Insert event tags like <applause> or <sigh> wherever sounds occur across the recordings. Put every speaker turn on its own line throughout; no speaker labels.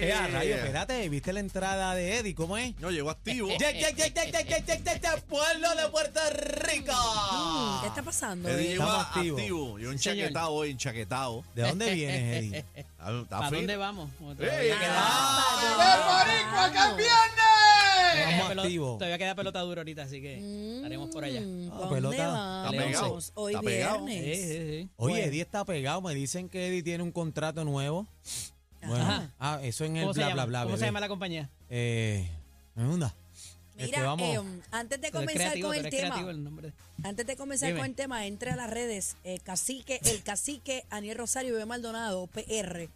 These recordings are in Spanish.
Eh,
Ah, espérate, ¿viste la entrada de Eddie? ¿Cómo es?
Eh. No, llegó
Eh,
activo.
Jack, Jack, Jack, Jack, Jack, Jack, Jack, Jack, Jack, pueblo de Puerto Rico.
Mm, ¿Qué está pasando?
Eddie
eh?
llegó
Estamos
activo.
activos.
Llegó
señor.
enchaquetado hoy, enchaquetado.
¿De dónde vienes,
<laughs>
Eddie?
Está, está Eh.
¿Para
fit.
dónde vamos?
¡Ey! ¡Ah!
Ah,
Vamos
Todavía
activo.
pelo- Todavía queda pelota dura ahorita, así que
Mm,
estaremos por allá.
¿dónde
Ah, pelota.
vamos?
Está pegado,
Hoy
está pegado.
Sí,
viernes.
sí, sí.
Oye,
Bueno.
Eddie está pegado. Me dicen que Eddie tiene un contrato nuevo. Bueno,
Ajá.
ah, eso en el
¿Cómo, se,
bla,
llama?
bla, bla.
¿Cómo se
bebé.
llama la compañía?
Eh, ¿me onda?
Mira,
Este, vamos.
em, antes de
Tú eres
comenzar
creativo,
con
tú
el
eres
tema,
creativo, el nombre.
antes de comenzar
Dime.
con el tema, entre a las redes, eh, cacique, el cacique Aniel Rosario y Bebé Maldonado, PR,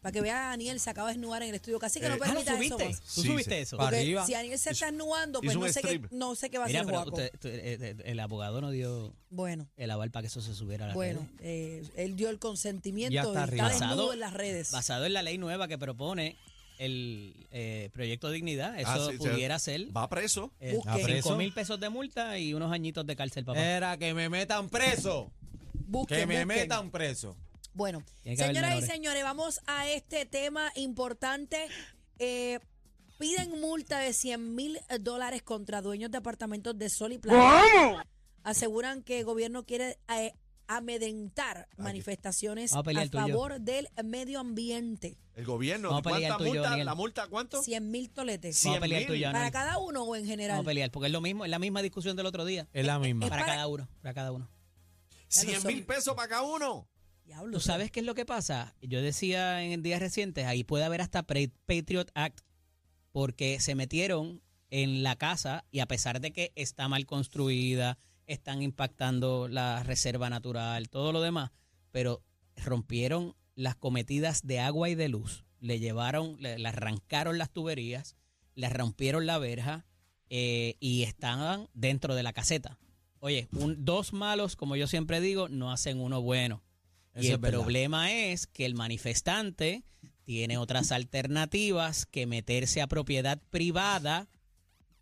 para que vea a Aniel se acaba de desnudar en el estudio cacique,
Eh,
no
ah,
Ah, ¿lo
permita eso.
subiste?
más.
¿Tú
Sí,
subiste
sí.
eso?
Para
Porque
arriba.
si Aniel se
Hizo-
está nuando, pues
hizo un
no sé, qué,
strip.
no sé qué va a
Mira,
hacer
pero
Joaco.
usted- tú- eh, eh, el abogado no dio
Bueno,
el aval para que eso se subiera a la
bueno, eh, él dio el consentimiento
Ya
y
está
está
arriba.
desnudo
Basado-
en las redes.
Basado en la ley nueva que propone el eh, proyecto Dignidad, eso
Ah, sí, se-
pudiera ser
Va preso.
eh,
Busque.
cinco
¿Preso? Eh,
mil pesos de multa y unos añitos de cárcel, papá.
Era que me metan preso.
Busquen,
Que me
busquen.
metan preso.
Bueno,
Tiene que haber
señoras y
menores.
señores, vamos a este tema importante. Eh, piden multa de 100 mil dólares contra dueños de apartamentos de Sol y Playa. Aseguran que el gobierno quiere eh, amedrentar manifestaciones a,
Vamos a pelear tú y yo.
favor del medio ambiente.
El gobierno.
Vamos a pelear
¿Cuánta
tú y yo,
multa?
Daniel.
¿La multa cuánto?
100 mil toletes.
Sí,
Vamos a pelear
100.000.
tú y yo,
¿Para
Anuel.
cada uno o en
Vamos a
general?
pelear, porque es lo mismo, es la misma discusión del otro día.
Es la misma.
Para
para-
cada uno, para cada uno.
100 mil pesos para cada uno.
Diablo,
¿Tú sabes qué es lo que pasa? Yo decía en días recientes, ahí puede haber hasta pre- Patriot Act, porque se metieron en la casa y a pesar de que está mal construida, están impactando la reserva natural, todo lo demás, pero rompieron las cometidas de agua y de luz, le llevaron, le, le arrancaron las tuberías, le rompieron la verja eh, y estaban dentro de la caseta. Oye, un- dos malos, como yo siempre digo, no hacen uno bueno.
Eso
y el
es verdad.
problema es que el manifestante tiene otras alternativas que meterse a propiedad privada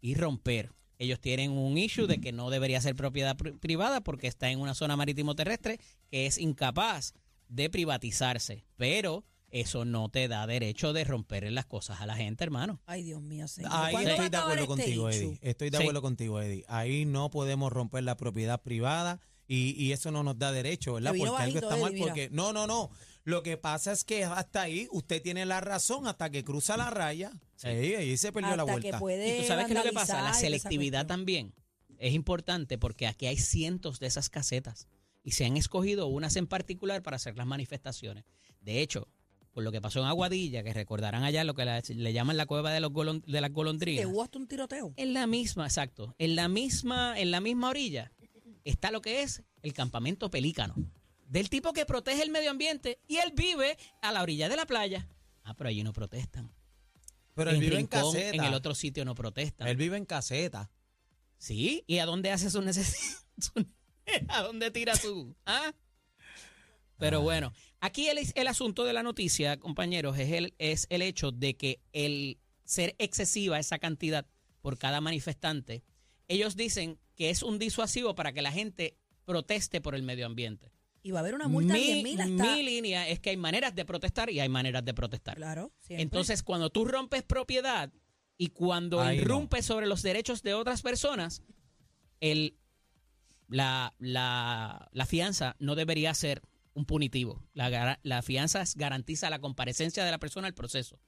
y romper. Ellos tienen un issue de que no debería ser propiedad pri- privada porque está en una zona marítimo terrestre que es incapaz de privatizarse. Pero eso no te da derecho de romper las cosas a la gente, hermano.
Ay, Dios mío, señor.
Ahí
¿Cuándo va a
estoy de
acabar
acuerdo
este
contigo,
issue?
Eddie. Estoy de
Sí.
acuerdo contigo, Eddie. Ahí no podemos romper la propiedad privada y, y eso no nos da derecho, ¿verdad?
Te
Porque
vino
algo
bajito,
está mal.
Eddie, mira.
Porque no, no, no. Lo que pasa es que hasta ahí usted tiene la razón hasta que cruza la raya. Ahí, ahí se perdió la
Hasta
vuelta.
que puede
Y tú sabes qué es lo que pasa,
vandalizar
la
y toda esa
selectividad
cuestión.
también es importante porque aquí hay cientos de esas casetas y se han escogido unas en particular para hacer las manifestaciones. De hecho, con lo que pasó en Aguadilla, que recordarán allá lo que la- le llaman la cueva de, los golon- de las golondrinas.
Que hubo hasta un tiroteo.
En la misma, exacto. En la misma, en la misma orilla está lo que es el campamento pelícano. Del tipo que protege el medio ambiente y él vive a la orilla de la playa. Ah, pero allí no protestan.
Pero él vive
Rincón,
en caseta.
en el otro sitio no protestan.
Él vive en caseta.
Sí, ¿y a dónde hace su necesidad? <laughs> ¿A dónde tira su...? ¿Ah? Pero bueno, aquí el, el asunto de la noticia, compañeros, es el, es el hecho de que el ser excesiva esa cantidad por cada manifestante, ellos dicen que es un disuasivo para que la gente proteste por el medio ambiente.
Y va a haber una multa de
mi,
10 mil hasta...
mi línea es que hay maneras de protestar y hay maneras de protestar.
Claro, siempre.
Entonces, cuando tú rompes propiedad y cuando
Ahí no.
irrumpes sobre los derechos de otras personas, el, la, la- la fianza no debería ser un punitivo. La, gara- la fianza es- garantiza la comparecencia de la persona al proceso.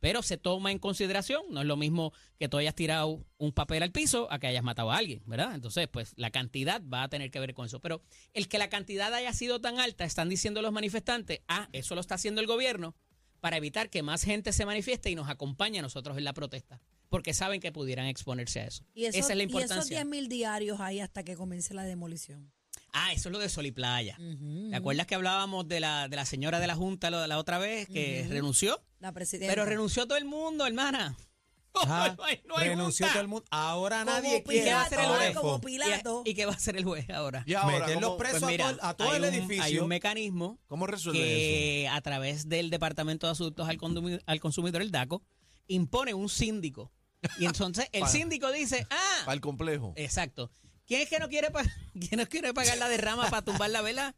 Pero se toma en consideración, no es lo mismo que tú hayas tirado un papel al piso a que hayas matado a alguien, ¿verdad? Entonces, pues la cantidad va a tener que ver con eso. Pero el que la cantidad haya sido tan alta, están diciendo los manifestantes, ah, eso lo está haciendo el gobierno para evitar que más gente se manifieste y nos acompañe a nosotros en la protesta, porque saben que pudieran exponerse a eso.
y esos,
Esa es la
Y esos
importancia.
10 mil diarios ahí hasta que comience la demolición.
Ah, eso es lo de Sol y Playa.
Ujú,
¿Te acuerdas que hablábamos de la, de la señora de la Junta lo de la otra vez que
Ujú.
renunció?
La presidenta.
Pero renunció todo el mundo, hermana.
Ajá.
<laughs> No hay- no hay
Renunció
junta.
todo el mundo. Ahora
Como
nadie
¿Y
quiere.
qué va
Pilato,
a hacer el
ahora
juez?
es
como
fo-
Pilato.
¿Y, y qué va a hacer el juez ahora?
Y ahora,
Meterlos
¿cómo-
presos
Pues mira,
a todo, a todo
hay
el
un-
edificio.
hay un mecanismo
¿Cómo resuelve eso?
que a través del Departamento de Asuntos al, Condumi- al Consumidor, el DACO, impone un síndico. Y entonces el
Para-
síndico dice, ah,
Para el complejo.
exacto. ¿Quién es que no quiere, pa- <laughs> quién no quiere pagar la derrama para tumbar la vela?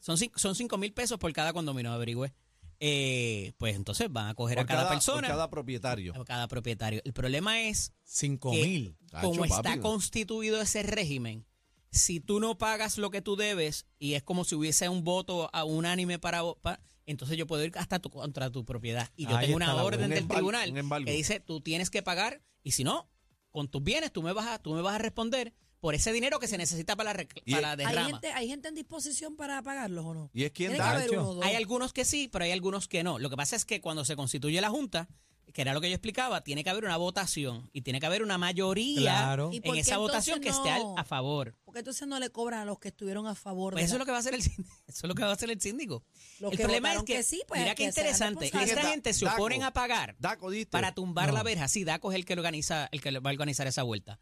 Son, cin- son cinco mil pesos por cada condominio, averigüe. eh, pues entonces van a coger
Por
a cada,
por
persona,
cada propietario.
a cada propietario. El problema es
Cinco
que
mil.
Tacho,
como está
papi.
constituido ese régimen, si tú no pagas lo que tú debes y es como si hubiese un voto a unánime para, para- entonces yo puedo ir hasta tu, contra tu propiedad y yo
Ahí
tengo
está
una
la
orden
buena.
del
Un embargo, un
tribunal
embargo.
que dice tú tienes que pagar y si no con tus bienes tú me vas a, tú me vas a responder por ese dinero que se necesita para la, rec-
Y-
para la
¿Hay
derrama.
gente, ¿Hay gente en disposición para pagarlos o no?
Y es quien
Tiene que
da.
haber uno o dos.
Hay algunos que sí, pero hay algunos que no. Lo que pasa es que cuando se constituye la Junta, que era lo que yo explicaba, tiene que haber una votación y tiene que haber una mayoría
Claro.
¿Y por
en
qué entonces
esa votación que esté al-
no?
a favor.
Porque entonces no le cobran a los que estuvieron a favor.
Pues
de
eso
la-
es lo que va a hacer el sín- <laughs> eso es lo que va a hacer el síndico.
los
el problema es
votaron
que,
sí, pues
mira
es
qué
que sean
interesante,
responsables.
esta
Da-
gente se
Daco.
oponen a pagar
Daco, diste.
para tumbar la
No.
verja. Sí, Daco es el que lo organiza, el que lo va a organizar esa vuelta.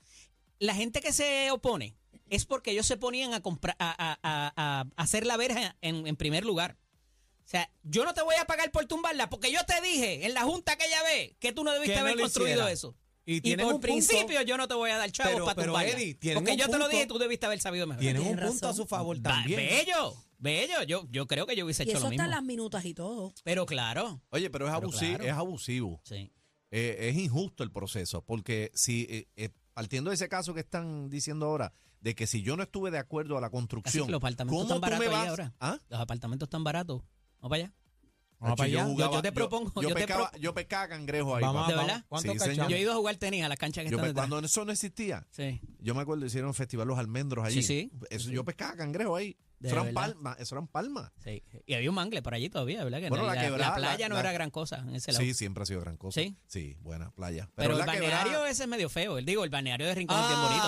La gente que se opone es porque ellos se ponían a, compra- a, a- a- a hacer la verja en, en primer lugar. O sea, yo no te voy a pagar por tumbarla porque yo te dije en la junta aquella vez que tú no debiste
Que no
haber
lo
construido
hiciera.
eso.
Y
Y
tienen
por
un punto.
principio yo no te voy a dar chavos
Pero-
para
pero,
tumbarla.
Eddie, tienen
porque
un
yo te lo dije y
punto.
tú debiste haber sabido mejor.
Tienen un
Tienes
punto a
razón.
su favor
Va-
también.
Bello, bello. Yo, yo creo que yo hubiese
Y
hecho
eso
lo
está
mismo.
en las minutas y todo.
Pero claro,
Oye, pero es
Pero
abusivo.
claro.
Es abusivo.
sí.
Eh, es injusto el proceso, porque si eh, eh, partiendo de ese caso que están diciendo ahora, de que si yo no estuve de acuerdo a la construcción,
Así que los apartamentos están baratos ahí ahora.
¿Ah?
Los apartamentos están baratos. Vamos para allá.
Vamos para
Nacho,
allá.
jugaba-
yo te propongo,
Yo,
yo te
pescaba,
propo-
yo pescaba cangrejo ahí.
Vamos
papá.
a
¿De verdad?
¿Cuánto
Sí,
cachamos?
señor.
Yo he ido a jugar tenis a las canchas que
Yo
están
pe-
detrás.
cuando eso no existía,
Sí.
yo me acuerdo, hicieron festival Los Almendros allí.
Sí, sí.
Eso,
Sí,
Yo
sí.
pescaba cangrejo ahí.
De
eso eran
verdad.
palmas. Eso eran palmas.
Sí, y había un mangle por allí todavía, ¿verdad? Que
Bueno,
no-
la quebrada, la-
playa no
la-
era gran cosa en ese lado.
Sí, siempre ha sido gran cosa.
Sí.
buena playa.
pero, el
la quebrada- Ah,
balneario ese es medio feo. Él digo, el balneario de Rincón es bien bonito,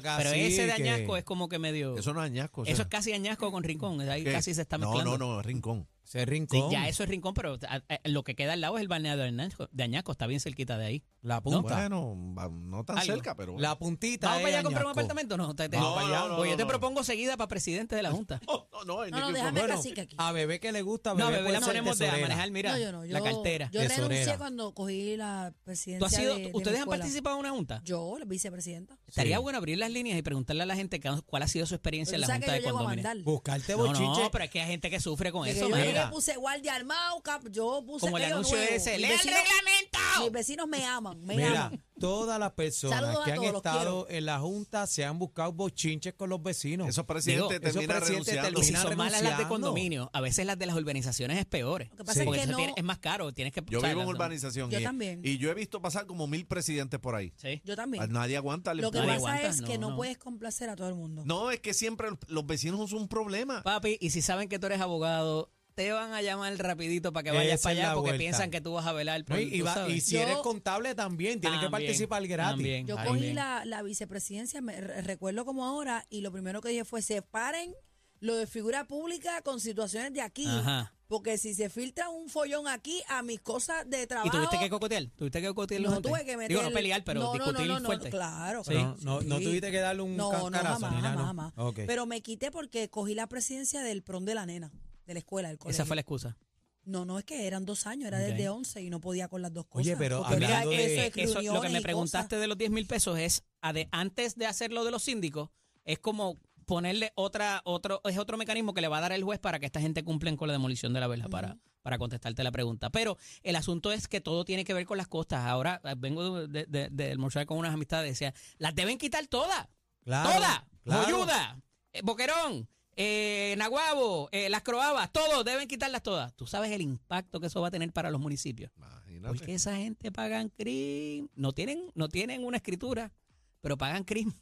pero, pero ese de
cacique.
añasco es como que medio. Eso,
Eso no es añasco. o sea,
es casi añasco con Rincón. Ahí
¿qué?
casi se está
no,
mezclando.
No, no, es rincón.
Ese
Sí,
rincón.
ya eso es Rincón, pero a- a- lo que queda al lado es el balneario de Añasco. de Añasco, está bien cerquita de ahí.
La punta.
Bueno, va- no tan
Algo.
cerca, pero.
La puntita.
¿Vamos
es
para allá a comprar un
Añasco.
apartamento? No, te, te-
No,
para allá.
no, no,
Pues yo
no,
te
no.
propongo seguida para presidente de la Junta.
<laughs> No, no, no, hay
No, no,
ningún
déjame
problema.
Bueno,
Bueno,
cacique aquí.
a bebé que le gusta,
No,
bebé,
bebé,
puede
la
ser
ponemos de a
tesorera.
manejar, mira,
no, yo no. Yo,
la cartera.
Yo
Tesorera.
renuncié cuando cogí la presidencia.
¿Tú has sido,
de- de mi
¿Ustedes han
escuela.
participado en una junta?
Yo, la vicepresidenta.
Estaría
Sí.
bueno abrir las líneas y preguntarle a la gente ca- cuál ha sido su experiencia
Pero tú
en
sabes
la junta
que
de
yo llego a
condominio.
mandar.
Buscarte
No,
bochiche.
no, pero es que hay gente que sufre con
De que
eso.
yo
mira.
llegué, puse guardia armado, cap, yo puse
Como el
aquello
anuncio
nuevo.
ese,
Mis
¡lea el
vecinos-
reglamento!
Mis vecinos me aman, me
Mira,
aman.
todas las personas
Saludos a
que han
todos, los
estado en la Junta se han buscado bochinches con los vecinos.
Esos presidentes
Digo,
esos
terminan
presidentes
renunciando.
Y si
terminan
son malas las de
renunciando.
condominio, a veces las de las urbanizaciones es peor.
Lo que pasa es
Porque
que
eso
no-
tiene- es más caro. Tienes que,
Yo
o sea,
vivo en
las-
urbanización.
Yo
y,
también.
y yo he visto pasar como mil presidentes por ahí.
Sí.
Yo también.
A Nadie aguanta. el
Lo que
Nadie
pasa
empleo.
es
aguanta,
que
no,
no,
no.
puedes complacer a todo el mundo.
No, es que siempre los vecinos son un problema.
Papi, y si saben que tú eres abogado, te van a llamar rapidito para que vayas
Esa
para
es
allá
la
porque
vuelta.
piensan que tú vas a velar por
No, y,
tú
va-
sabes.
y si
Yo-
eres contable también, tienes que
También,
participar gratis.
también.
Yo
Ay,
cogí
bien.
la, la vicepresidencia, me re- recuerdo como ahora, y lo primero que dije fue separen lo de figura pública con situaciones de aquí.
Ajá.
Porque si se filtra un follón aquí a mis cosas de trabajo.
¿Y tuviste que cocotear? ¿Tuviste que cocotear los
no
antes?
tuve que meter.
Digo, no pelear, pero
no, no, no,
discutir
no, no,
fuerte.
claro.
Sí.
No, no, no
Sí.
tuviste que darle un
No, no,
cascarazo
jamás,
ni nada, ¿no?
jamás, jamás.
Ok.
Pero me quité porque cogí la presidencia del prom de la nena, de la escuela, del colegio.
Esa fue la excusa.
No, no, es que eran dos años, era
Ok.
desde 11 y no podía con las dos cosas.
Oye, pero
porque
Mira,
hablando
era
de-
eso,
eso, lo que
reuniones
me
y
preguntaste de los 10 mil pesos es, ade- antes de hacer lo de los síndicos, es como ponerle otra, otro, es otro mecanismo que le va a dar el juez para que esta gente cumplen con la demolición de la verja para, para contestarte la pregunta. Pero el asunto es que todo tiene que ver con las costas. Ahora eh, vengo de, de- de almorzar con unas amistades, decía, las deben quitar todas.
Claro,
Todas.
claro.
Moyuda, eh, Boquerón, eh, Naguabo, eh, Las Croabas, todos deben quitarlas todas. Tú sabes el impacto que eso va a tener para los municipios.
Imagínate.
Porque esa gente pagan crimen. No tienen, no tienen una escritura, pero pagan crimen.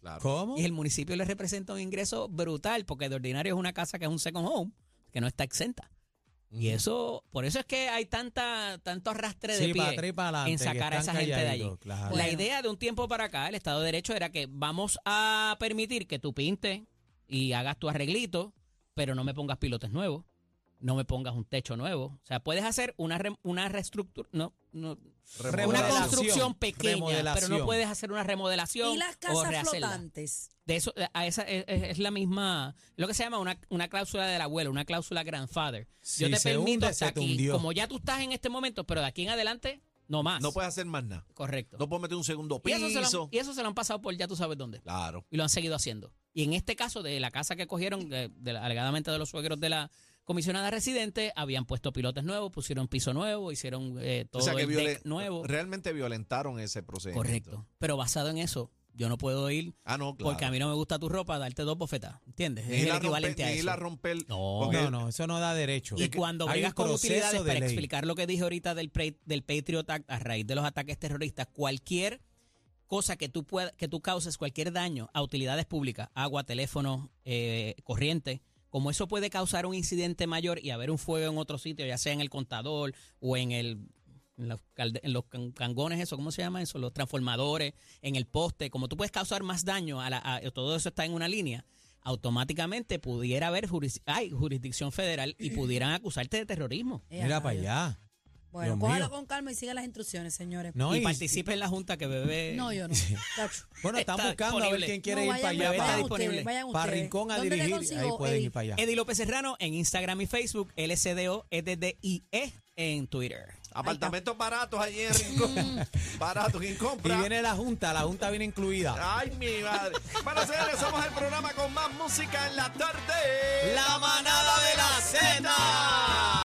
Claro.
¿Cómo?
Y el municipio les representa un ingreso brutal, porque de ordinario es una casa que es un second home, que no está exenta. Y eso, por eso es que hay tanta, tanto arrastre de
Sí,
pie.
para atrás y para adelante,
en
que
sacar a
están
esa gente de
calladitos,
allí. Pues,
claro.
La
Bueno.
idea de un tiempo para acá, el Estado de Derecho, era que vamos a permitir que tú pintes y hagas tu arreglito, pero no me pongas pilotes nuevos, no me pongas un techo nuevo. O sea, puedes hacer una, re- una reestructura, no, no, una
Remodelación,
construcción pequeña, pero no
remodelación.
puedes hacer una remodelación
Y las
o
casas
rehacerla.
flotantes.
De eso, eh, a esa es, es- es la misma, lo que se llama una, una cláusula del abuelo, una cláusula grandfather. Yo
Si
te
se
permito
hunde,
hasta
se te
aquí,
hundió.
como ya tú estás en este momento, pero de aquí en adelante, no más.
No puedes hacer más nada.
Correcto.
No puedes meter un segundo
y,
piso.
eso se lo, han- y eso se lo han pasado por ya tú sabes dónde.
Claro.
Y lo han seguido haciendo. Y en este caso de la casa que cogieron, eh, de la- alegadamente de los suegros de la comisionada residente, habían puesto pilotes nuevos, pusieron piso nuevo, hicieron eh, todo
o sea que
el
violen-
deck nuevo.
realmente violentaron ese procedimiento.
Correcto. Pero basado en eso, yo no puedo ir
Ah, no, claro.
porque a mí no me gusta tu ropa, darte dos bofetadas. ¿Entiendes?
Ni
Es el
la
equivalente
romper-
a
ni
eso.
la romper-
No,
porque-
No, no, eso no da derecho.
Y cuando
Hay un
vengas con
proceso
utilidades
de
para
ley.
explicar lo que dije ahorita del, pre- del Patriot Act a raíz de los ataques terroristas, cualquier cosa que tú pueda, que tú causes, cualquier daño a utilidades públicas, agua, teléfono, eh, corriente, como eso puede causar un incidente mayor y haber un fuego en otro sitio, ya sea en el contador o en el en los, calde- en los can- cangones, eso, ¿cómo se llama eso? Los transformadores, en el poste, como tú puedes causar más daño, a la, a- todo eso está en una línea, automáticamente pudiera haber juris- hay jurisdicción federal y pudieran acusarte de terrorismo.
Eh,
Mira
a
para
rayos.
allá.
Bueno,
Dios
cójalo
mío.
con calma y siga las instrucciones, señores.
No,
y participe en la junta que bebé.
<laughs>
No, yo no. Tacho.
Bueno, están
Está
buscando a ver
disponible.
quién
No,
quiere ir
vayan,
para allá.
bebé, está
para-
vayan
disponible.
ustedes, vayan
para
ustedes.
Rincón a
¿Dónde te
dirigir. Ahí
consigo,
pueden
Eddie?
ir para allá.
Eddie López Serrano en Instagram y Facebook, LSDO, EDDIE E en Twitter.
Apartamentos baratos allí en Rincón. <laughs> baratos, ¿quién
Y
compra?
viene la Junta, la Junta viene incluida.
Ay, mi madre. Bueno, señores, somos el programa con más música en la tarde.
manada de la
Z.